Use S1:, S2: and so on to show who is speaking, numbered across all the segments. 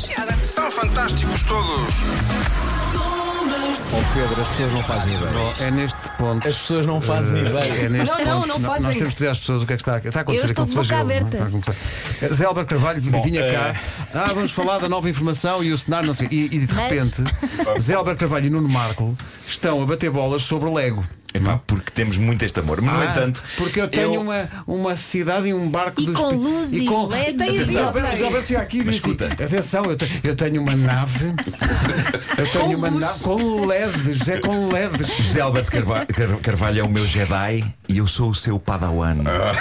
S1: piada.
S2: São fantásticos todos.
S3: Oh Pedro, as pessoas não fazem ideia.
S4: É neste ponto.
S3: As pessoas não fazem ideia.
S4: É neste
S5: Não, não,
S4: ponto.
S5: não
S4: No-
S5: fazem.
S4: Nós temos que dizer às pessoas o que é que está, a- está a acontecer.
S5: Eu estou
S4: aquele
S5: de boca
S4: flagelo, não é?
S5: aberta.
S4: Está a acontecer. Zé Alberto Carvalho vinha
S6: eh,
S4: cá. Ah, vamos falar da nova informação e o cenário, não sei. E, e de
S5: Mas-
S4: repente, Zé Alberto Carvalho e Nuno Marco estão a bater bolas sobre o Lego.
S6: Epá, porque temos muito este amor. Mas, no
S4: Ah,
S6: entanto,
S4: porque eu tenho Uma, uma cidade e um barco
S5: E
S4: dos
S5: com
S4: pe-
S5: luz e LED.
S4: Eu tenho
S6: Atenção.
S4: Atenção, Zé Alberto chega aqui e
S6: Mas
S4: diz assim,
S6: escuta.
S4: Atenção, eu, te- eu tenho uma nave. Eu tenho uma
S5: luz.
S4: nave com LEDs, é com LEDs.
S6: José Alberto Carva- Car- Carvalho é o meu Jedi e eu sou o seu Padawan.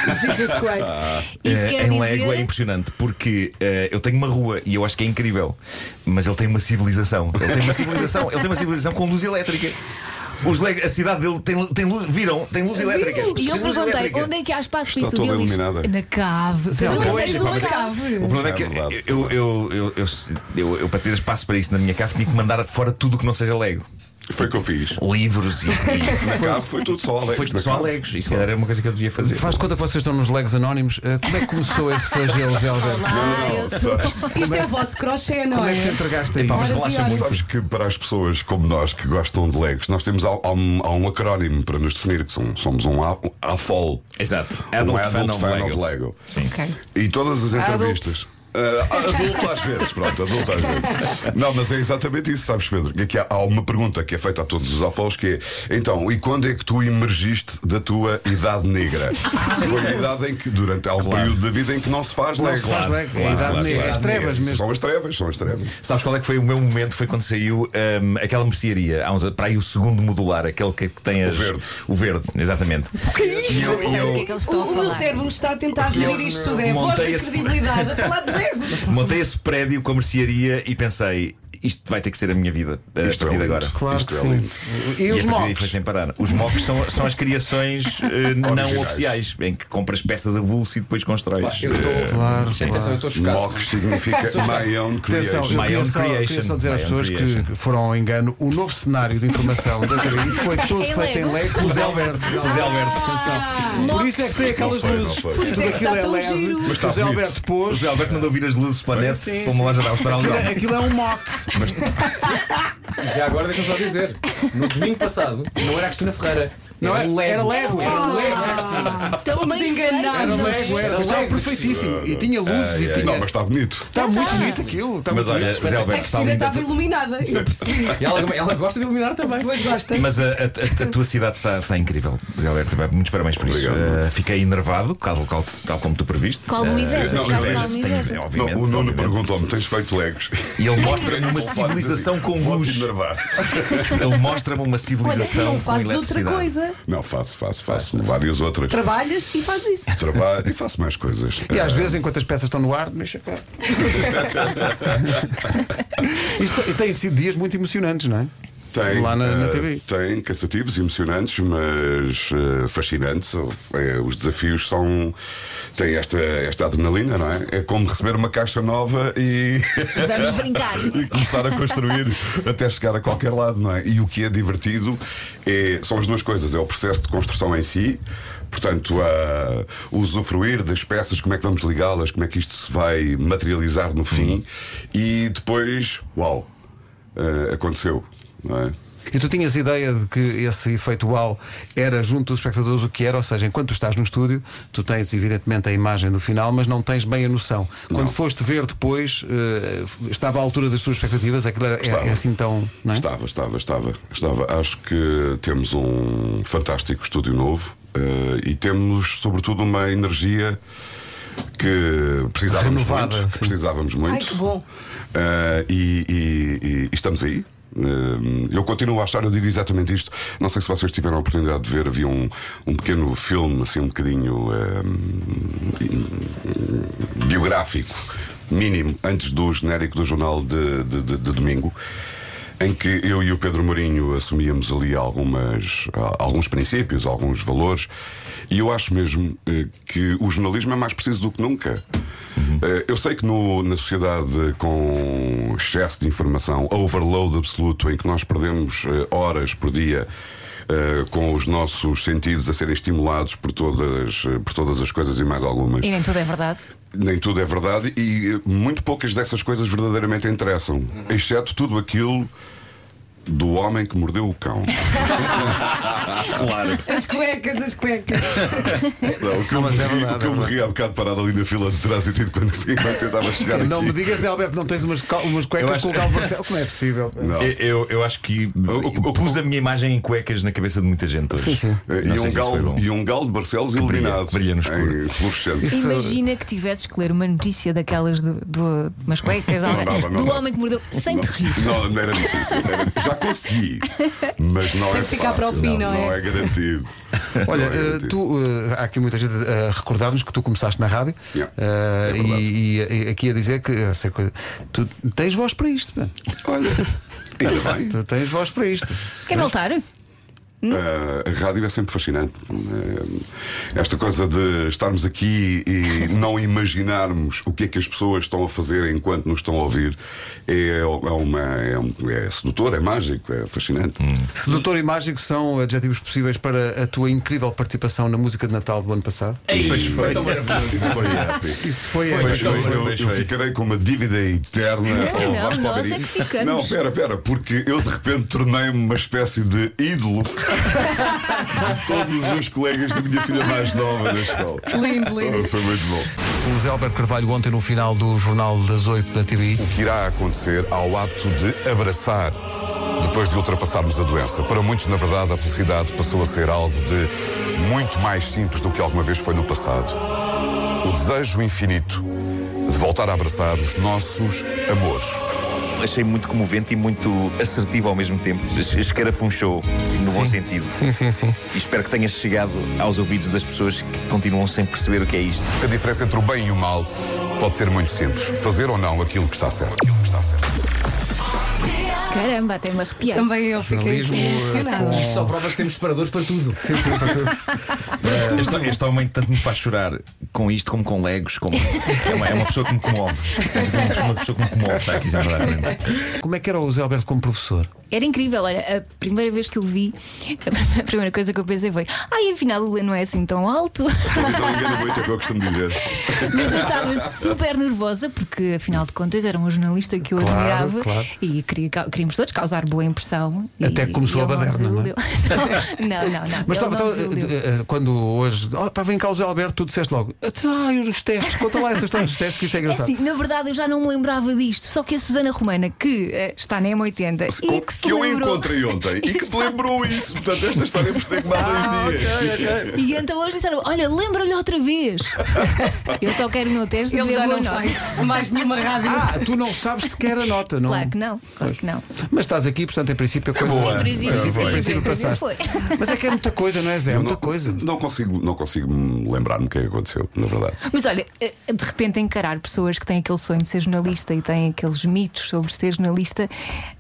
S5: Jesus Christ. Isso
S6: Eh,
S5: quer
S6: em
S5: dizer.
S6: Lego é impressionante porque eh, eu tenho uma rua e eu acho que é incrível, mas ele tem uma civilização. Ele tem uma civilização, ele tem uma civilização com luz elétrica. Os Lego, a cidade dele tem, lu- tem luz, viram? Tem luz elétrica.
S5: E eu perguntei onde é que há espaço para isso?
S2: toda
S5: E ele diz,
S2: iluminada.
S5: Na cave.
S4: Sim,
S5: Tu não
S6: pois,
S5: tens
S6: pá,
S5: uma
S6: mas- O
S5: cave.
S6: problema é
S2: É
S6: que
S2: verdade.
S6: eu, eu, eu, eu, eu- eu, para ter espaço para isso na minha casa, tinha que mandar fora tudo o que não seja Lego.
S2: Foi o que eu fiz.
S6: Livros e. e-
S2: Na cabo foi tudo só Alex.
S6: Foi
S2: na
S6: tudo só
S2: cabo.
S6: Legos. Isso se calhar era uma coisa que eu devia fazer.
S4: Faz conta que vocês estão nos Legos Anónimos. Eh, como é que começou esse flagelo, Zé Alberto?
S5: Ah, eu sou.
S7: Isto é o vosso crochê, não
S4: Como é
S7: é?
S4: que te entregaste a
S6: Mas
S4: isso?
S7: Horas e
S6: relaxa
S7: horas.
S6: muito.
S2: Sabes que para as pessoas como nós que gostam de Legos, nós temos há, há um, há um acrónimo para nos definir, que som- somos um A- um AFOL.
S6: Exato.
S2: um
S6: Adult
S2: Adult
S6: Fan of Lego.
S2: Lego.
S6: Sim.
S2: E todas as
S4: Adult.
S2: entrevistas. Ah, adulto às vezes, pronto, adulto às vezes. Não, mas é exatamente isso, sabes, Pedro? Que aqui há, há uma pergunta que é feita a todos os afós que é: então, e quando é que tu emergiste da tua idade negra? Foi uma idade em que, durante algum período da vida em que não se faz
S4: Não
S2: Lego.
S4: se faz
S6: Claro,
S4: Lego, é a
S6: claro,
S4: idade
S6: claro,
S4: negra,
S6: claro.
S4: as trevas
S2: Esse,
S4: mesmo.
S2: São as trevas, são as trevas.
S6: Sabes qual é que foi o meu momento? Foi quando saiu hum, aquela mercearia, há uns anos, para aí o segundo modular, aquele que, que tem as.
S2: verde.
S6: O verde, exatamente. O que é isto?
S5: Sabe o que é que eles
S7: O,
S5: estão a
S7: o meu
S5: falar?
S7: cérebro está a tentar gerir isto tudo. É a voz da
S6: Montei esse-
S7: credibilidade a falar de Lego.
S6: Montei esse prédio com a mercearia e pensei, isto vai ter que ser a minha vida
S2: Isto
S6: a
S2: é
S6: partir de
S2: lindo.
S6: agora.
S4: Claro
S2: Isto
S4: que
S2: é
S4: sim.
S2: lindo.
S4: E
S6: um a
S4: os
S6: partir daí foi
S4: mocos?
S6: sem parar. Os mocos são, são as criações eh, não
S2: Originais.
S6: oficiais, em que compras peças a vulso e depois constróis. Eh,
S3: Eu estou.
S4: Claro,
S3: Atenção, eu estou chocado.
S2: Mock significa My Own
S4: Atenção,
S2: Creation.
S4: eu
S6: My
S4: queria
S6: own
S4: só, queria
S6: creation,
S4: só dizer
S6: my
S4: às
S6: own
S4: pessoas
S6: creation.
S4: que foram ao engano. O novo cenário de informação da TVI foi todo
S5: Em
S4: feito em
S5: Lego.
S4: Lego com o Zé Alberto. Com
S6: Zé Alberto.
S4: Atenção. Por
S5: Mocos.
S4: isso é que tem aquelas
S2: Não foi, não
S4: luzes.
S2: foi.
S4: Tudo
S7: é que
S4: aquilo
S7: está
S4: é
S7: tão
S4: LED.
S7: giro.
S4: que
S2: Mas está
S4: o Zé
S2: bonito.
S4: Alberto
S6: O
S4: pôs.
S6: José Alberto mandou vir as luzes para
S4: Sim, sim,
S6: dentro para uma loja da Austrália.
S4: Aquilo, é- aquilo é um mock.
S2: Mas
S3: E já agora deixa-me só dizer. No domingo passado, não era a Cristina Ferreira.
S4: Não é?
S3: um Lego.
S4: Era Lego. Era Lego.
S5: Também
S4: Era
S7: enganados.
S4: Lego, era. Mas estava
S3: Lego.
S4: perfeitíssimo. E tinha luzes e
S2: É, não,
S4: tinha.
S2: mas está bonito.
S4: Está Tá muito bonito aquilo. Está
S6: Mas
S4: muito
S6: olha,
S4: bonito.
S6: Zé
S7: A
S6: Alberto está
S7: Cristina
S6: linda.
S7: estava iluminada. Eu percebi.
S3: E ela, ela gosta de iluminar também.
S7: Pois gosta.
S6: Mas a, a- a- a tua cidade está, está incrível, Zé Alberto. pá, Muitos parabéns por isso.
S2: Obrigado.
S6: Eh, fiquei enervado, tal, tal, tal como tu previste.
S5: Com alguma
S6: Eh,
S5: inveja,
S2: não,
S5: ficaste com
S2: inveja,
S5: alguma
S6: tem-
S5: inveja.
S6: é,
S2: Não,
S6: obviamente,
S2: o Nuno
S6: obviamente.
S2: perguntou-me: tens feito legos? assim,
S6: E ele mostra-me uma civilização com luz.
S2: enervar.
S6: Ele mostra-me uma
S7: Olha, tu
S6: civilização
S7: não
S6: com
S7: fazes outra
S6: eletricidade.
S7: coisa.
S2: Não, faço, faço, faço várias outras.
S7: Trabalhas e fazes isso.
S2: Trabalho e faço mais coisas. Eh,
S4: E às vezes, enquanto as peças estão no ar, deixa cá. Isto e têm sido dias muito emocionantes, não é?
S2: Tem,
S4: Lá na, na
S2: eh,
S4: TV.
S2: Tem cansativos, emocionantes, mas eh, fascinantes. Eh, os desafios são. têm esta, esta adrenalina, não é? É como receber uma caixa nova e.
S5: Vamos brincar.
S2: e começar a construir até chegar a qualquer lado, não é? E o que é divertido é- são as duas coisas: é o processo de construção em si, portanto, a, o usufruir das peças, como é que vamos ligá-las, como é que isto se vai materializar no fim, e depois, uau, eh, aconteceu, não é?
S4: E tu tinhas ideia de que esse efeito uau era junto dos espectadores o que era, ou seja, enquanto tu estás no estúdio, tu tens evidentemente a imagem do final, mas não tens bem a noção. Quando foste ver depois, eh, estava à altura das tuas expectativas, aquilo era, é-
S2: Estava.
S4: é assim tão. Não é?
S2: Estava, estava, estava, estava. Acho que temos um fantástico estúdio novo eh, e temos, sobretudo, uma energia que precisávamos
S4: Renovada,
S2: muito.
S4: sim.
S2: Precisávamos muito.
S7: Ai, que bom.
S2: Eh, e, e- e estamos aí. Eh, Eu continuo a achar, eu digo exatamente isto. Não sei se vocês tiveram a oportunidade de ver, havia um, um pequeno filme, assim, um bocadinho eh, biográfico, mínimo, antes do genérico do jornal de, de- de- de domingo, em que eu e o Pedro Mourinho assumíamos ali algumas, a- alguns princípios, alguns valores, e eu acho mesmo eh, que o jornalismo é mais preciso do que nunca. Eh, Eu sei que no- na sociedade com excesso de informação, overload absoluto, em que nós perdemos eh, horas por dia
S8: eh, com os nossos sentidos a serem estimulados por todas, eh, por todas as coisas e mais algumas.
S5: E nem tudo é verdade.
S8: Nem tudo é verdade e eh, muito poucas dessas coisas verdadeiramente interessam, exceto tudo aquilo do homem que mordeu o cão.
S6: Claro.
S9: As cuecas, as cuecas.
S8: Não, o que eu,
S4: mas
S8: me
S4: é
S8: ri,
S4: verdade,
S8: o que eu
S4: é
S8: me ri há bocado parado ali na fila de trânsito enquanto, enquanto tentava chegar aqui.
S4: Não me digas, Zé Alberto, não tens umas, cal- umas
S6: Eu
S4: cuecas
S6: acho-
S4: com o calvo Marcelo. Como é possível?
S8: Não.
S6: Eu, eu- eu acho que
S8: o- o-
S6: pus a minha imagem em cuecas na cabeça de muita gente hoje.
S4: Sim, sim.
S6: Não sei
S8: E
S6: se
S8: um,
S6: isso foi
S8: galo,
S6: bom.
S8: e um galo de Barcelos
S6: brilha-
S8: iluminado.
S6: brilha no escuro.
S8: Em fluorescente.
S4: Isso-
S5: Imagina que tivesses que ler uma notícia daquelas do, do, umas cuecas, alguém-
S8: dava, não
S5: do
S8: dava.
S5: homem que mordeu, sem te rir.
S8: Não, não era difícil. era- Já consegui, mas não
S9: Tem
S8: é
S9: que ficar para o
S8: fácil.
S9: fim, não
S8: não,
S9: é?
S8: é garantido.
S4: Olha,
S8: Não é
S4: eh,
S8: garantido.
S4: tu, eh, há aqui muita gente a recordar-nos que tu começaste na rádio
S8: Yeah,
S4: eh,
S8: é verdade.
S4: e, e- e aqui a dizer que essa coisa, tu tens voz para isto, pá.
S8: Olha, ainda bem.
S4: tu tens voz para isto.
S5: Quer voltar?
S8: Ah, a rádio é sempre fascinante. Ah, Esta coisa de estarmos aqui e não imaginarmos o que é que as pessoas estão a fazer enquanto nos estão a ouvir é, é uma, é, um- é sedutor, é mágico, é fascinante.
S4: Sedutor e mágico são adjetivos possíveis para a tua incrível participação na música de Natal do ano passado.
S6: Ei, pois
S3: Foi
S6: foi.
S3: tão maravilhoso.
S8: Isso foi épico.
S4: Isso foi,
S8: Pois
S6: Foi,
S8: foi,
S6: foi,
S8: eu,
S6: foi,
S8: eu
S6: foi.
S8: ficarei com uma dívida eterna
S5: Não,
S8: ao
S5: não,
S8: Vasco
S5: nós
S8: Almeida.
S5: é que ficamos.
S8: Não, pera, pera, porque eu de repente tornei-me uma espécie de ídolo de todos os colegas da minha filha mais nova na escola.
S9: Lindo, lindo.
S8: Oh, Foi muito bom.
S4: eh, O Zé Alberto Carvalho, ontem no final do Jornal das 8 da TV,
S8: O que irá acontecer ao ato de abraçar depois de ultrapassarmos a doença? Para muitos, na verdade, a felicidade passou a ser algo de muito mais simples do que alguma vez foi no passado. O desejo infinito de voltar a abraçar os nossos amores.
S6: Achei muito comovente e muito assertivo ao mesmo tempo. Es- Escarafunchou, no bom sentido.
S4: Sim, sim, sim.
S6: E espero que tenha chegado aos ouvidos das pessoas que continuam sem perceber o que é isto.
S8: A diferença entre o bem e o mal pode ser muito simples. Fazer ou não aquilo que está certo. Aquilo que está certo.
S5: Caramba, até me arrepiar.
S9: Também eu fiquei
S4: Jornalismo, eh,
S9: emocionada.
S4: com-
S3: Isto só prova que temos separadores para tudo.
S4: Sim, sim, para tudo.
S6: Este, este É, homem tanto me faz chorar com isto como com legos. Como... É, uma, é uma pessoa que me comove. É uma pessoa que me comove, está aqui verdadeiramente.
S4: Como é que era o Zé Alberto como professor?
S5: Era incrível, olha, a primeira vez que eu vi, a prim- a primeira coisa que eu pensei foi: ai, afinal o Lula não é assim tão alto.
S8: Televisão engana muito, é o que eu costumo dizer.
S5: Mas eu estava super nervosa porque, afinal de contas, era um jornalista que eu
S4: Claro,
S5: admirava
S4: claro.
S5: e queria, ca- queríamos todos causar boa impressão. E-
S4: Até que começou
S5: e
S4: a
S5: ele não
S4: baderna, não é?
S5: desiludiu. Não, não, não.
S4: Mas
S5: ele
S4: to-
S5: não
S4: to-
S5: desiludiu. É
S4: eh, eh, quando hoje. Oh, pá, vem cá o Zé Alberto, tu disseste logo. Ai, os testes, conta lá essa história dos testes, que isto é
S5: É
S4: engraçado.
S5: assim, na verdade eu já não me lembrava disto, só que a Susana Romana, que eh, está na M80, e que, se
S8: eu
S5: lembrou-
S8: encontrei ontem e que te lembrou isso. Portanto, esta história persegue-me
S5: Ah,
S8: há dois dias.
S5: E então hoje disseram: Olha, lembra-lhe outra vez. eu só quero o meu teste e
S9: Ele
S5: dei a
S9: já
S5: boa
S9: não
S5: nota.
S9: vai a mais nenhuma rádio.
S4: Ah, tu não sabes sequer a nota, não?
S5: Claro que não, claro que não.
S4: Mas estás aqui, portanto, em princípio a coisa.
S6: boa.
S5: Em princípio,
S6: Em
S5: sim,
S6: princípio,
S5: em
S6: em
S4: princípio
S5: princípio
S4: passaste.
S5: foi.
S4: Mas é que é muita coisa, não é, Zé? É
S8: Eu
S4: muita
S8: não-
S4: coisa.
S8: Não consigo, não consigo me lembrar-me o que é que aconteceu, na verdade.
S5: Mas olha, eh, de repente encarar pessoas que têm aquele sonho de ser jornalista e têm aqueles mitos sobre ser jornalista,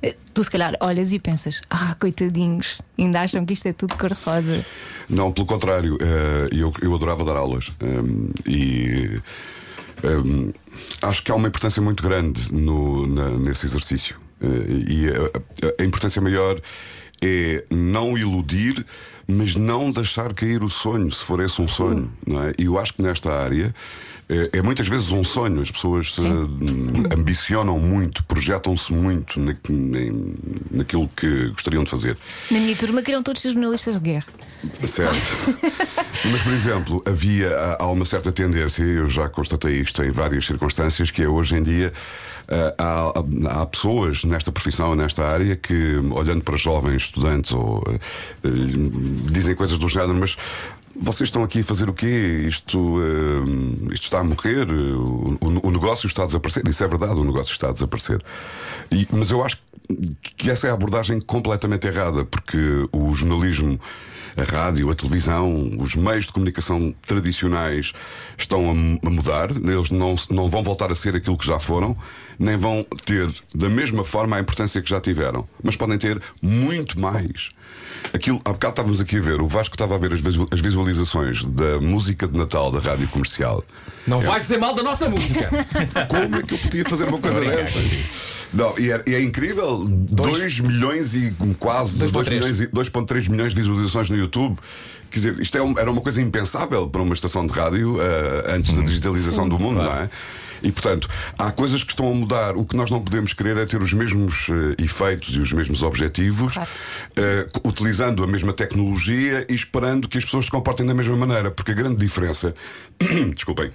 S5: eh, tu se calhar olhas e pensas: Ah, coitadinhos, ainda acham que isto é tudo cor-de-rosa.
S8: Não, pelo contrário, eh, eu, eu adorava dar aulas. ehm, E ehm, acho que há uma importância muito grande no- na- nesse exercício. Eh, E a- a- a importância maior é não iludir, mas não deixar cair o sonho, se for esse um sonho. não é? E eu acho que nesta área. eh, É muitas vezes um sonho, as pessoas se eh, ambicionam muito, projetam-se muito na- em- naquilo que gostariam de fazer.
S5: Na minha turma queriam todos ser jornalistas de guerra.
S8: Certo. Mas, por exemplo, havia há- há uma certa tendência, eu já constatei isto em várias circunstâncias, que é hoje em dia ah, há, há pessoas nesta profissão, nesta área, que olhando para jovens estudantes ou ah, eh, dizem coisas do género, mas. Vocês estão aqui a fazer o quê? Isto, ah, isto está a morrer? O, o- o negócio está a desaparecer? Isso é verdade, o negócio está a desaparecer. E- mas eu acho que essa é a abordagem completamente errada, porque o jornalismo a rádio, a televisão, os meios de comunicação tradicionais estão a, mu- a mudar, eles não, se- não vão voltar a ser aquilo que já foram, nem vão ter da mesma forma a importância que já tiveram, mas podem ter muito mais. Aquilo, há bocado estávamos aqui a ver, o Vasco estava a ver as visu- as visualizações da música de Natal da rádio comercial.
S3: Não vais dizer mal da nossa música.
S8: Como é que eu podia fazer uma coisa dessa? Não, e é, e é incrível, 2 milhões e quase 2 milhões e- 2,3 milhões de visualizações no YouTube. Quer dizer, isto é um- era uma coisa impensável para uma estação de rádio eh, antes
S5: Uhum.
S8: da digitalização do mundo, não é? E portanto, há coisas que estão a mudar. O que nós não podemos querer é ter os mesmos eh, efeitos e os mesmos objetivos,
S5: Claro.
S8: eh, utilizando a mesma tecnologia e esperando que as pessoas se comportem da mesma maneira, porque a grande diferença, desculpem,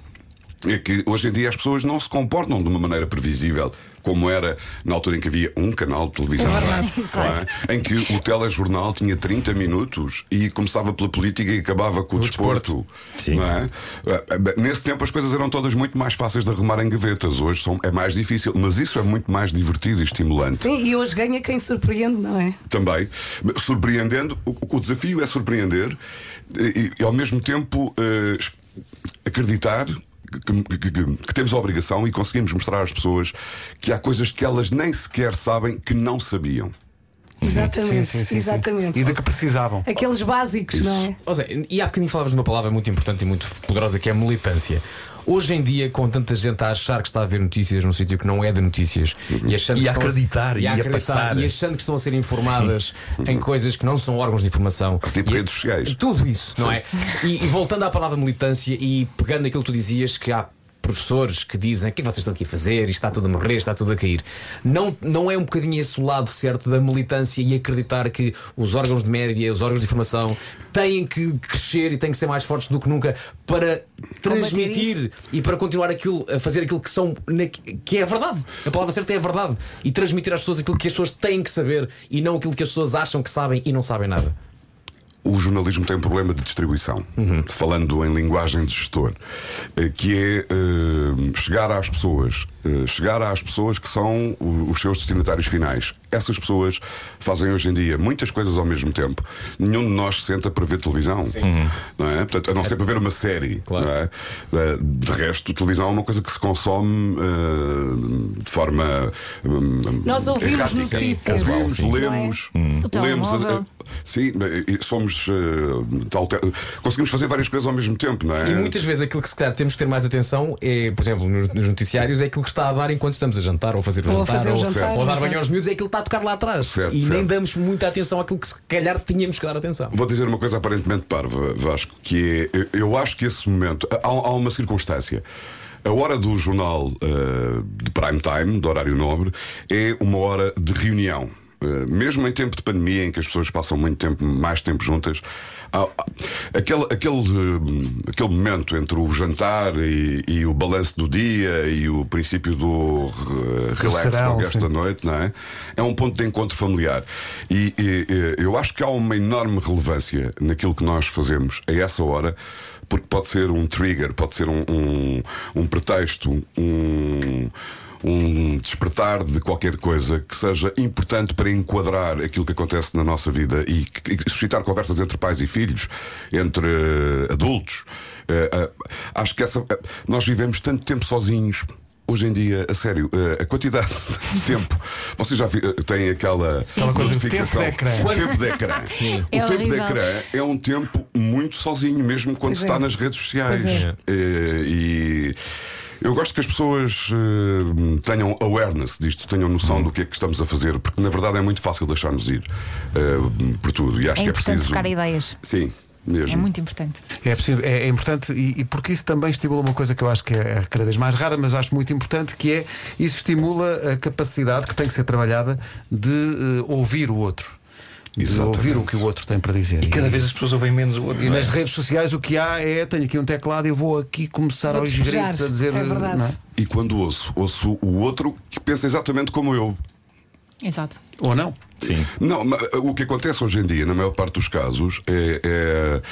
S8: é que hoje em dia as pessoas não se comportam de uma maneira previsível, como era na altura em que havia um canal de televisão,
S5: É verdade,
S8: não é?
S5: exato.
S8: Não é? em que o telejornal tinha 30 minutos e começava pela política e acabava com o desporto.
S6: Sim.
S8: não é? Ah, bem, Nesse tempo as coisas eram todas muito mais fáceis de arrumar em gavetas, hoje são- é mais difícil, mas isso é muito mais divertido e estimulante.
S9: Sim, e hoje ganha quem surpreende, não é?
S8: Também. Surpreendendo, o, o desafio é surpreender e, e, ao mesmo tempo eh, es- acreditar. Que, que- que- que temos a obrigação e conseguimos mostrar às pessoas que há coisas que elas nem sequer sabem que não sabiam.
S9: Exatamente.
S4: Sim, sim, sim, sim.
S9: exatamente.
S4: E de que precisavam.
S9: Aqueles básicos,
S8: Isso.
S9: não é?
S3: Ó Zé, e há bocadinho falavas numa palavra muito importante e muito poderosa que é a militância. Hoje em dia, com tanta gente a achar que está a ver notícias num sítio que não é de notícias e achando
S6: E
S3: que
S6: a
S3: estão
S6: acreditar, e a passar.
S3: e achando que estão a ser informadas em coisas que não são órgãos de informação,
S8: Tipo
S3: E-
S8: redes sociais.
S3: tudo isso, não é? E, e voltando à palavra militância e pegando aquilo que tu dizias que há professores que dizem o que é que vocês estão aqui a fazer, isto está tudo a morrer, isto está tudo a cair. Não, não é um bocadinho esse lado certo da militância e acreditar que os órgãos de média, os órgãos de informação têm que crescer e têm que ser mais fortes do que nunca para transmitir e para continuar aquilo, a fazer aquilo que são na- que é a verdade. A palavra certa é a verdade. E transmitir às pessoas aquilo que as pessoas têm que saber e não aquilo que as pessoas acham que sabem e não sabem nada.
S8: o jornalismo tem um problema de distribuição, falando em linguagem de gestor, eh, que é eh, chegar às pessoas, eh, chegar às pessoas que são o- os seus destinatários finais. Essas pessoas fazem hoje em dia muitas coisas ao mesmo tempo. Nenhum de nós se senta para ver televisão, não é? Portanto, a não ser para ver uma série.
S3: Claro.
S8: não é? Eh, De resto, televisão é uma coisa que se consome eh, de forma hum,
S9: Nós ouvimos
S8: errática,
S9: notícias,
S8: casual.
S9: sim.
S8: lemos,
S5: O
S8: lemos,
S5: telemóvel.
S8: eh, Sim, eh, somos. eh, tal- tal- Conseguimos fazer várias coisas ao mesmo tempo, não é?
S3: E muitas vezes aquilo que se calhar temos que ter mais atenção é, por exemplo, nos, nos noticiários, é aquilo que está a dar enquanto estamos a jantar, ou a fazer o
S9: Ou a
S3: jantar,
S9: fazer o
S3: ou,
S9: jantar,
S3: ou a dar
S9: exato.
S3: banho aos miúdos, é aquilo que está a tocar lá atrás.
S8: Certo,
S3: e nem
S8: certo.
S3: damos muita atenção àquilo que se calhar tínhamos que dar atenção.
S4: Então.
S8: Vou dizer uma coisa aparentemente parva, Vasco, que é. eu- Eu acho que esse momento. Há, há uma circunstância. A hora do jornal eh, de prime time, de horário nobre, é uma hora de reunião. Eh, mesmo em tempo de pandemia, em que as pessoas passam muito tempo, mais tempo juntas, há- há- aquele, aquele, eh, aquele momento entre o jantar e, e o balanço do dia e o princípio do re- relax
S4: serão,
S8: para o resto
S4: sim.
S8: da noite, não é? É um ponto de encontro familiar. E, e, e, eu acho que há uma enorme relevância naquilo que nós fazemos a essa hora, porque pode ser um trigger, pode ser um, um, um pretexto, um. Um despertar de qualquer coisa que seja importante para enquadrar aquilo que acontece na nossa vida e, que- e suscitar conversas entre pais e filhos, entre eh, adultos. Eh, ah, acho que essa, eh, nós vivemos tanto tempo sozinhos. Hoje em dia, a sério, eh, a quantidade de tempo. Vocês já vi- eh, têm aquela,
S5: Aquela coisa
S4: do tempo de ecrã.
S8: O tempo de ecrã. O
S5: É
S8: tempo de
S5: horrível.
S8: ecrã é um tempo muito sozinho, mesmo quando se
S9: é.
S8: está nas redes sociais.
S9: Pois é.
S8: Eh, e. Eu gosto que as pessoas eh, tenham awareness disto, tenham
S4: Hum.
S8: noção do que é que estamos a fazer, porque na verdade é muito fácil deixar-nos ir eh, por tudo. E acho
S5: É
S8: que é
S5: importante
S8: preciso.
S5: trocar ideias.
S8: Sim, mesmo.
S5: É muito importante.
S4: É, preciso- é- é importante e, e porque isso também estimula uma coisa que eu acho que é cada vez mais rara, mas acho muito importante, que é isso estimula a capacidade que tem que ser trabalhada de eh, ouvir o outro. De
S8: Exatamente.
S4: ouvir o que o outro tem para dizer. E,
S6: Cada vez as pessoas ouvem menos o outro.
S4: e
S6: não é?
S4: nas redes sociais o que há é tenho aqui um teclado e eu vou aqui começar
S9: Vou
S4: aos
S9: despejar.
S4: gritos a dizer.
S9: É verdade.
S4: não é?
S8: E quando ouço, ouço o outro que pensa exatamente como eu.
S5: Exato.
S4: Ou não?
S6: Sim.
S8: Não, mas o que acontece hoje em dia, na maior parte dos casos, é, é,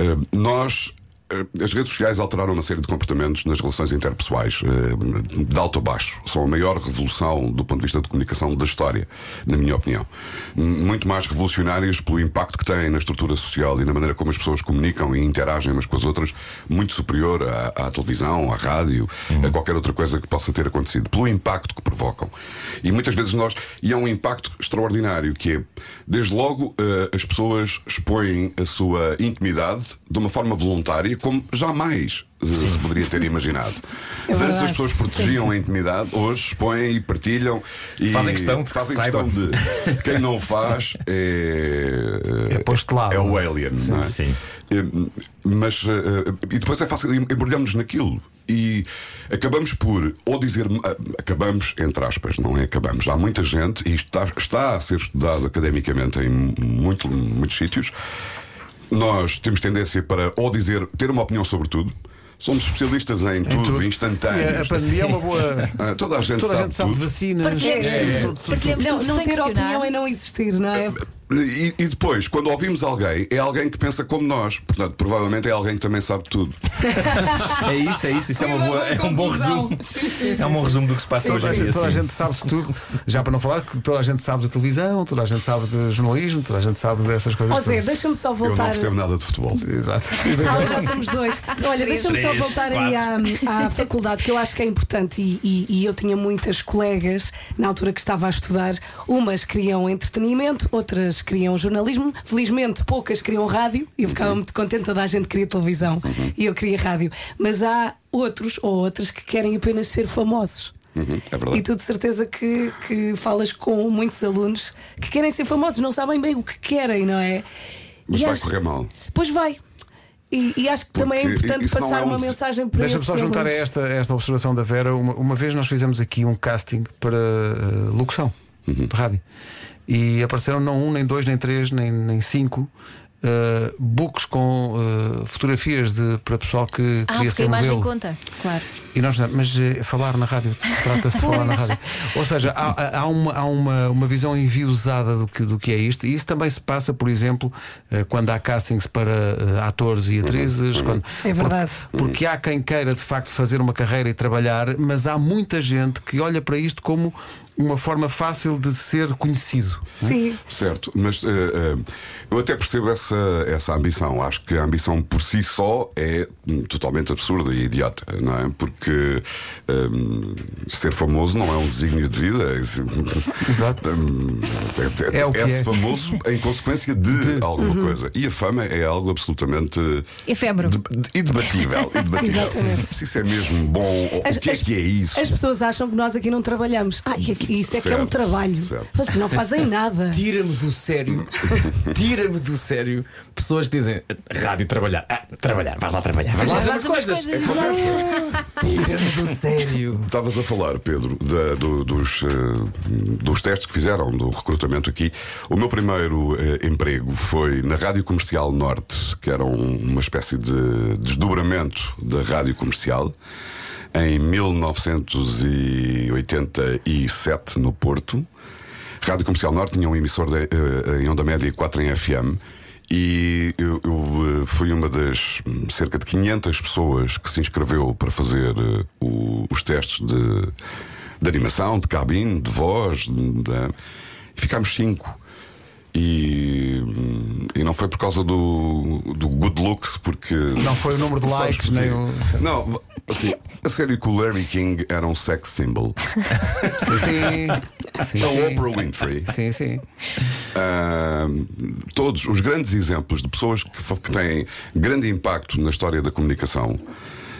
S8: é, nós eh, as redes sociais alteraram uma série de comportamentos nas relações interpessoais, eh, de alto a baixo. São a maior revolução do ponto de vista de comunicação da história, na minha opinião. M- Muito mais revolucionárias pelo impacto que têm na estrutura social e na maneira como as pessoas comunicam e interagem umas com as outras, muito superior à, à televisão, à rádio,
S6: Uhum.
S8: a qualquer outra coisa que possa ter acontecido, pelo impacto que provocam. E muitas vezes nós. E há um impacto extraordinário, que é, desde logo, eh, as pessoas expõem a sua intimidade de uma forma voluntária, como jamais eh, se poderia ter imaginado.
S5: É
S8: Antes
S5: verdade.
S8: as pessoas protegiam a intimidade, hoje expõem e partilham e
S6: Fazem questão de que
S8: fazem
S6: se saiba.
S8: questão de quem não o faz é,
S4: É postelado.
S8: é o alien, não é?
S6: sim.
S8: Eh, Mas eh, e depois é fácil embrulhamos naquilo e acabamos por ou dizer ah, acabamos entre aspas, não é acabamos. Há muita gente e isto está, está a ser estudado academicamente em muito, muitos sítios. Nós temos tendência para ou dizer ter uma opinião sobre tudo. Somos especialistas em tudo,
S4: A
S8: instantâneo.
S4: pandemia é uma boa.
S8: Ah, Toda a gente
S4: Toda a
S8: sabe
S4: gente sabe de
S8: tudo.
S4: vacinas.
S5: Partilhamos
S9: É, é,
S5: tudo. Partilhamos
S9: Não,
S5: tudo
S9: não
S5: sem
S9: ter
S5: questionar.
S9: opinião é não existir, não é?
S8: E, e depois, quando ouvimos alguém, é alguém que pensa como nós. Portanto, provavelmente é alguém que também sabe tudo.
S6: É isso, é isso. Isso é,
S9: Foi
S6: uma
S9: uma
S6: boa,
S9: boa
S6: é um bom
S9: conclusão.
S6: resumo.
S9: Sim, sim,
S6: é um bom resumo do que se passa hoje
S4: Toda a,
S6: em
S4: gente,
S6: dia.
S4: toda a
S6: sim.
S4: gente sabe de tudo. Já para não falar que toda a gente sabe da televisão, toda a gente sabe de jornalismo, toda a gente sabe dessas coisas.
S9: Ó Zé,
S4: todas.
S9: deixa-me só
S8: Eu não
S9: voltar.
S8: percebo nada de futebol.
S4: Exato.
S9: Ah, já somos dois. Olha, deixa-me só
S6: Três,
S9: voltar aí à, à faculdade, que eu acho que é importante. E, e- e eu tinha muitas colegas na altura que estava a estudar. Umas queriam entretenimento, outras queriam jornalismo. Felizmente, poucas queriam rádio. E eu ficava
S8: Uhum.
S9: muito contente, toda a gente queria televisão. E eu queria rádio. Mas há outros ou outras que querem apenas ser famosos.
S8: Uhum, é verdade.
S9: E tu de certeza que, que falas com muitos alunos que querem ser famosos, não sabem bem o que querem, não é?
S8: Mas
S9: E
S8: vai
S9: acho-
S8: correr mal.
S9: Pois vai. E, e acho que também é
S8: Porque
S9: importante
S8: isso não
S9: passar
S8: é um
S9: uma
S8: des-
S9: mensagem para
S4: Deixa-me só
S5: é
S9: esses
S4: juntar a
S9: alunos.
S4: esta, esta observação da Vera. Uma, uma vez nós fizemos aqui um casting para eh, locução
S6: Uhum.
S4: de rádio e apareceram não um, nem dois, nem três, nem, nem cinco. eh, books com eh, fotografias de, para pessoal que queria
S5: Ah, porque a
S4: ser um
S5: imagem
S4: modelo.
S5: conta. Claro.
S4: E nós fizemos, mas eh, falar na rádio, trata-se de falar na rádio. Ou seja, há, há- há uma, há uma, uma visão enviosada do que, do que é isto, e isso também se passa, por exemplo, eh, quando há castings para eh, atores e atrizes. Quando,
S9: É verdade.
S4: Porque, porque há quem queira de facto fazer uma carreira e trabalhar, mas há muita gente que olha para isto como uma forma fácil de ser conhecido.
S9: Sim.
S8: Certo, mas eh, eh, eu até percebo essa, essa ambição. Acho que a ambição por si só é hum, totalmente absurda e idiota, não é? Porque hum, ser famoso não é um desígnio de vida. assim,
S4: Exato.
S8: Hum, é,
S4: É o que
S8: se
S4: é.
S8: famoso em consequência de, alguma
S9: Uhum.
S8: coisa. E a fama é algo absolutamente.
S5: Efêmero.
S8: de- de- E debatível, e debatível.
S9: Exatamente.
S8: se isso é mesmo bom, ou-
S9: As-
S8: o que é
S9: as-
S8: que é isso?
S9: As pessoas acham que nós aqui não trabalhamos. Ah, e aqui- isso é que é um
S8: Certo,
S9: trabalho.
S8: certo.
S9: Vocês não fazem nada.
S3: Tira-me do sério, tira-me do sério pessoas que dizem rádio trabalhar, ah, trabalhar, vais lá trabalhar, vais lá fazer umas
S5: Faz umas
S3: coisas.
S5: coisas,
S8: Conversa.
S3: Tira-me do sério.
S8: Estavas a falar, Pedro, da- do- dos, eh, dos testes que fizeram, do recrutamento aqui. O meu primeiro eh, emprego foi na Rádio Comercial Norte, que era um- uma espécie de desdobramento da Rádio Comercial, em 1987, no Porto. Rádio Comercial Norte tinha um emissor de, eh, em onda média e 4 em FM. E eu, eu, eh, fui uma das hum, cerca de 500 pessoas que se inscreveu para fazer eh, o- os testes de, de animação, de cabine, de voz. de- de- e ficámos 5. E, hum, e não foi por causa do, do good looks, porque.
S4: Não foi o número de
S8: Sabes
S4: likes,
S8: porquê?
S4: nem o-
S8: Não, assim, a sério que o Larry King era um sex symbol.
S4: Sim, sim.
S8: A Oprah Winfrey.
S4: Sim, sim.
S8: Ahm, todos os grandes exemplos de pessoas que, fa- que têm grande impacto na história da comunicação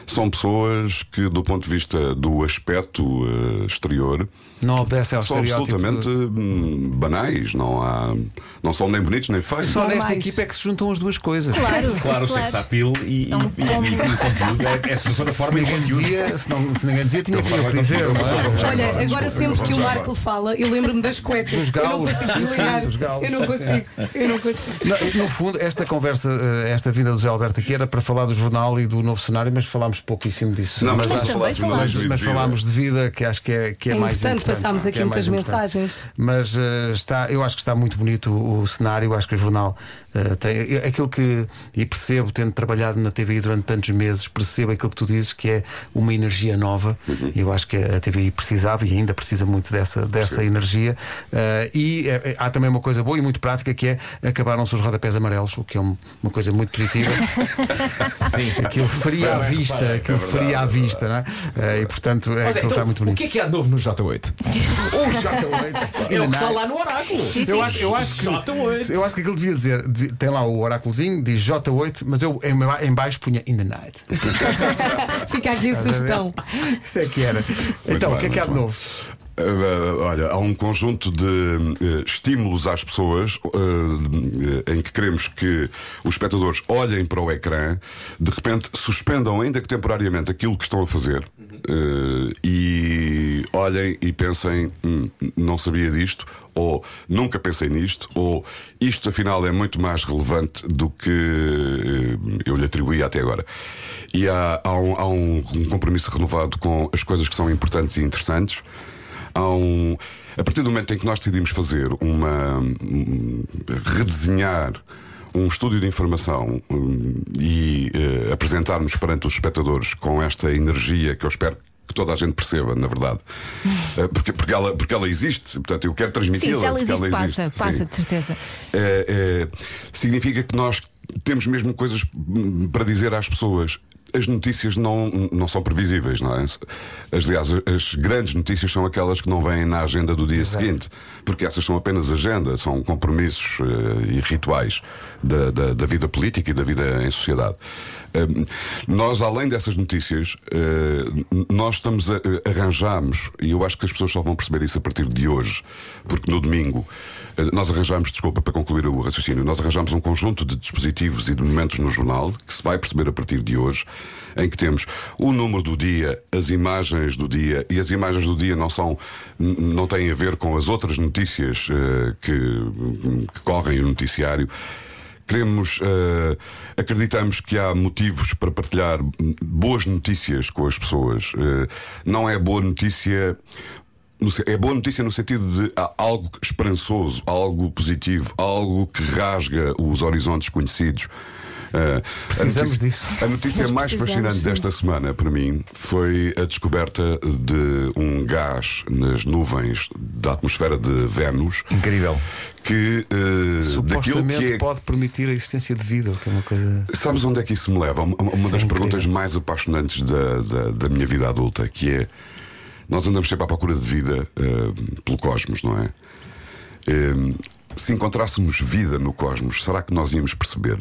S8: são pessoas que, do ponto de vista do aspecto eh, exterior,
S4: Não obedece ao
S8: são
S4: estereótipo.
S8: absolutamente hum, banais. Não, há, não são nem bonitos nem feios.
S4: Só nesta
S9: normais.
S4: equipa é que se juntam as duas coisas.
S5: Claro.
S6: Claro, o sexo appeal e, e, e,
S5: um
S6: e o conteúdo é, é a solução da forma e o conteúdo.
S4: Dizia, se, não, se ninguém dizia, tinha que,
S6: falava
S4: que dizer.
S6: com-
S4: não é?
S9: Olha, agora sempre que o
S8: Já vai.
S9: Marco fala, eu lembro-me das cuecas.
S4: Dos
S9: Eu não
S4: galos.
S9: consigo
S4: Sim,
S9: desligar.
S4: dos galos.
S9: Eu não consigo. Eu não consigo.
S4: No, no fundo, esta conversa, eh, esta vinda do Zé Alberto aqui era para falar do jornal e do novo cenário, mas falámos falámos pouquíssimo disso.
S8: Não, mas
S5: Mas
S8: estás a falar
S5: também
S8: dos
S5: falámos.
S8: manuais de
S4: Mas
S8: vida.
S4: falámos de vida, que acho que é, que é,
S9: É
S4: mais
S9: importante,
S4: importante.
S9: passámos
S4: que
S9: aqui
S4: é mais
S9: muitas
S4: importante.
S9: mensagens.
S4: Mas eh, está, eu acho que está muito bonito o, o cenário, acho que o jornal eh, tem eu- aquilo que e percebo tendo trabalhado na TVI durante tantos meses, percebo aquilo que tu dizes que é uma energia nova. e Eu acho que a TVI precisava e ainda precisa muito dessa dessa energia. Eh, e eh, há também uma coisa boa e muito prática que é acabaram-se os rodapés amarelos, o que é um- uma coisa muito positiva.
S3: Sim.
S4: Aquilo faria à
S8: Sim, repara,
S4: vista, aquilo
S8: é verdade,
S4: faria à
S8: é
S4: vista, não é? Eh, E portanto, é,
S3: Mas é,
S4: aquilo está
S3: então,
S4: muito
S3: o
S4: bonito.
S3: que é que há de novo no J8?
S4: O J8.
S3: É o que está lá no oráculo.
S4: Eu acho, eu acho que.
S3: J8.
S4: Eu acho que aquilo devia dizer, devia- tem lá o oráculozinho, diz J8, mas eu em, ba- em baixo punha in the night.
S9: Fica aqui a sugestão.
S4: Isso é que era. então,
S8: bem,
S4: o que é que há de
S8: muito bem.
S4: novo?
S8: Uh, uh, olha, há um conjunto de uh, estímulos às pessoas uh, uh, em que queremos que os espectadores olhem para o ecrã, de repente suspendam, ainda que temporariamente, aquilo que estão a fazer uh, e olhem e pensem: "Hum, não sabia disto, ou nunca pensei nisto, ou isto afinal é muito mais relevante do que uh, eu lhe atribuía até agora. E há, há um- há um- um compromisso renovado com as coisas que são importantes e interessantes. Há um- A partir do momento em que nós decidimos fazer uma. hum, redesenhar um estúdio de informação hum, e eh, apresentarmos perante os espectadores com esta energia que eu espero que toda a gente perceba, na verdade, Eh, porque, porque, ela, porque ela existe, portanto eu quero
S5: Sim,
S8: transmiti-la.
S5: se ela
S8: porque
S5: existe, passa,
S8: existe,
S5: passa,
S8: sim.
S5: de certeza.
S8: Eh, eh, significa que nós temos mesmo coisas hum, para dizer às pessoas. As notícias não, não são previsíveis, não é? As, aliás, as grandes notícias são aquelas que não vêm na agenda do dia seguinte, porque essas são apenas agenda, são compromissos eh, e rituais da, da, da vida política e da vida em sociedade. Hum, nós, além dessas notícias, eh, nós estamos a, a- arranjamos, e eu acho que as pessoas só vão perceber isso a partir de hoje, porque no domingo eh, nós arranjamos, desculpa, para concluir o raciocínio, nós arranjamos um conjunto de dispositivos e de momentos no jornal que se vai perceber a partir de hoje, em que temos o número do dia, as imagens do dia, e as imagens do dia não são, n- não têm a ver com as outras notícias eh, que, que correm no noticiário. Queremos, eh, acreditamos que há motivos para partilhar hum, boas notícias com as pessoas. Eh, não é boa notícia. no se- É boa notícia no sentido de há algo esperançoso, algo positivo, algo que rasga os horizontes conhecidos. Eh,
S4: Precisamos
S8: a notícia,
S4: disso.
S8: A notícia
S5: Nós
S8: mais
S5: precisamos,
S8: fascinante
S5: sim.
S8: desta semana, para mim, foi a descoberta de um gás nas nuvens da atmosfera de Vênus
S6: Incrível.
S8: que eh, daquilo
S4: Supostamente
S8: que é
S4: pode permitir a existência de vida, o que é uma coisa.
S8: Sabes onde é que isso me leva? Uma, uma das
S4: Sim,
S8: perguntas mais apaixonantes da, da, da minha vida adulta, que é nós andamos sempre à procura de vida eh, pelo cosmos, não é? Eh, se encontrássemos vida no cosmos, será que nós íamos perceber?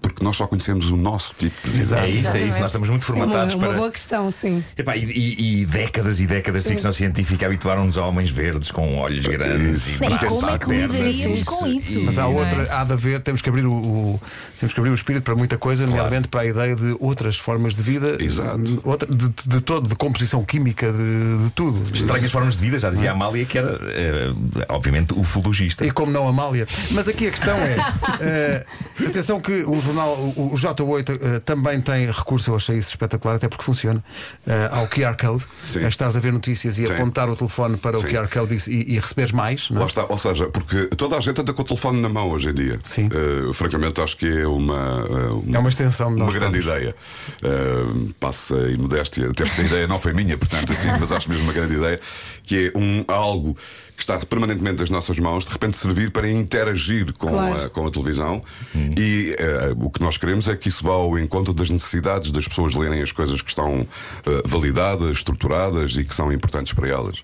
S8: Porque nós só conhecemos o nosso tipo de vida.
S6: É isso, é
S5: Exatamente.
S6: isso. Nós estamos muito
S9: Uma,
S6: formatados
S9: uma
S6: para.
S9: boa questão, sim.
S6: Epá, e, e- e décadas e décadas de ficção científica habituaram-nos a homens verdes com olhos grandes
S8: Isso.
S6: e
S5: E
S6: braços
S5: como é
S6: à
S5: que
S6: perna,
S5: lidaríamos
S6: isso,
S5: com isso?
S6: e-
S4: Mas há
S5: Não é?
S4: outra, há de haver, temos que abrir o, o- temos que abrir o espírito para muita coisa, nomeadamente para a ideia de outras formas de vida,
S8: Exato.
S4: de, outra- de, de todo, de composição química, de, de tudo.
S6: Estranhas formas de vida, já dizia a Amália, que era, eh, obviamente, ufologista.
S4: E como não a Mália. Mas aqui a questão é: eh, atenção, que o jornal, o, o J8, eh, também tem recurso, eu achei isso espetacular, até porque funciona, eh, ao QR Code.
S8: Sim.
S4: Eh, Estás a ver notícias e
S8: Sim.
S4: apontar o telefone para
S8: Sim.
S4: o QR Code e, e- e receberes mais. Não é?
S8: Lá está, ou seja, porque toda a gente anda com o telefone na mão hoje em dia.
S4: Sim.
S8: Eh, francamente, acho que é uma. eh,
S4: É uma extensão de
S8: Uma
S4: nós
S8: grande ideia. Eh, passa e modéstia, até porque a ideia não foi minha, portanto, assim, mas acho mesmo uma grande ideia, que é um, algo que está permanentemente nas nossas mãos, de repente servir para interagir com,
S9: Claro.
S8: a, com a televisão.
S6: Uhum.
S8: E eh, o que nós queremos é que isso vá ao encontro das necessidades das pessoas lerem as coisas que estão eh, validadas, estruturadas e que são importantes para elas.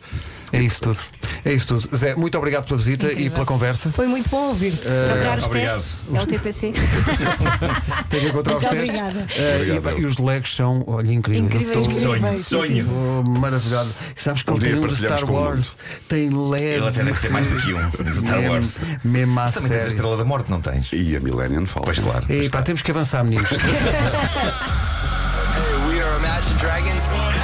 S4: É isso tudo. É isso tudo. Zé, muito obrigado pela visita e
S5: Incrível.
S4: pela conversa.
S9: Foi muito bom ouvir-te.
S5: Procurar os
S6: obrigado.
S5: testes, é o TPC.
S4: Tenho que encontrar os
S9: Muito
S4: testes.
S9: obrigada.
S4: Eh, e,
S8: Obrigado,
S4: pá,
S8: eu.
S4: e os legos são, olha, incríveis.
S5: Incríveis,
S4: Eu tô-
S9: incríveis.
S6: Sonho,
S9: Incrível.
S6: sonho.
S4: Oh, maravilhado. Sabes que
S8: Um
S4: ele
S8: dia
S4: tem um de
S8: partilhamos
S4: Star
S8: com o mundo.
S4: Wars, tem LEDs.
S6: Ele até deve ter mais do que um de Star
S4: É Mesmo-
S6: Wars.
S4: Mesmo à
S6: Também tens a
S4: sério.
S6: Estrela da Morte, não tens?
S8: E a Millennium fala.
S6: Pois claro.
S4: E pá, temos que avançar, meninos.
S7: Hey, we are Imagine Dragons.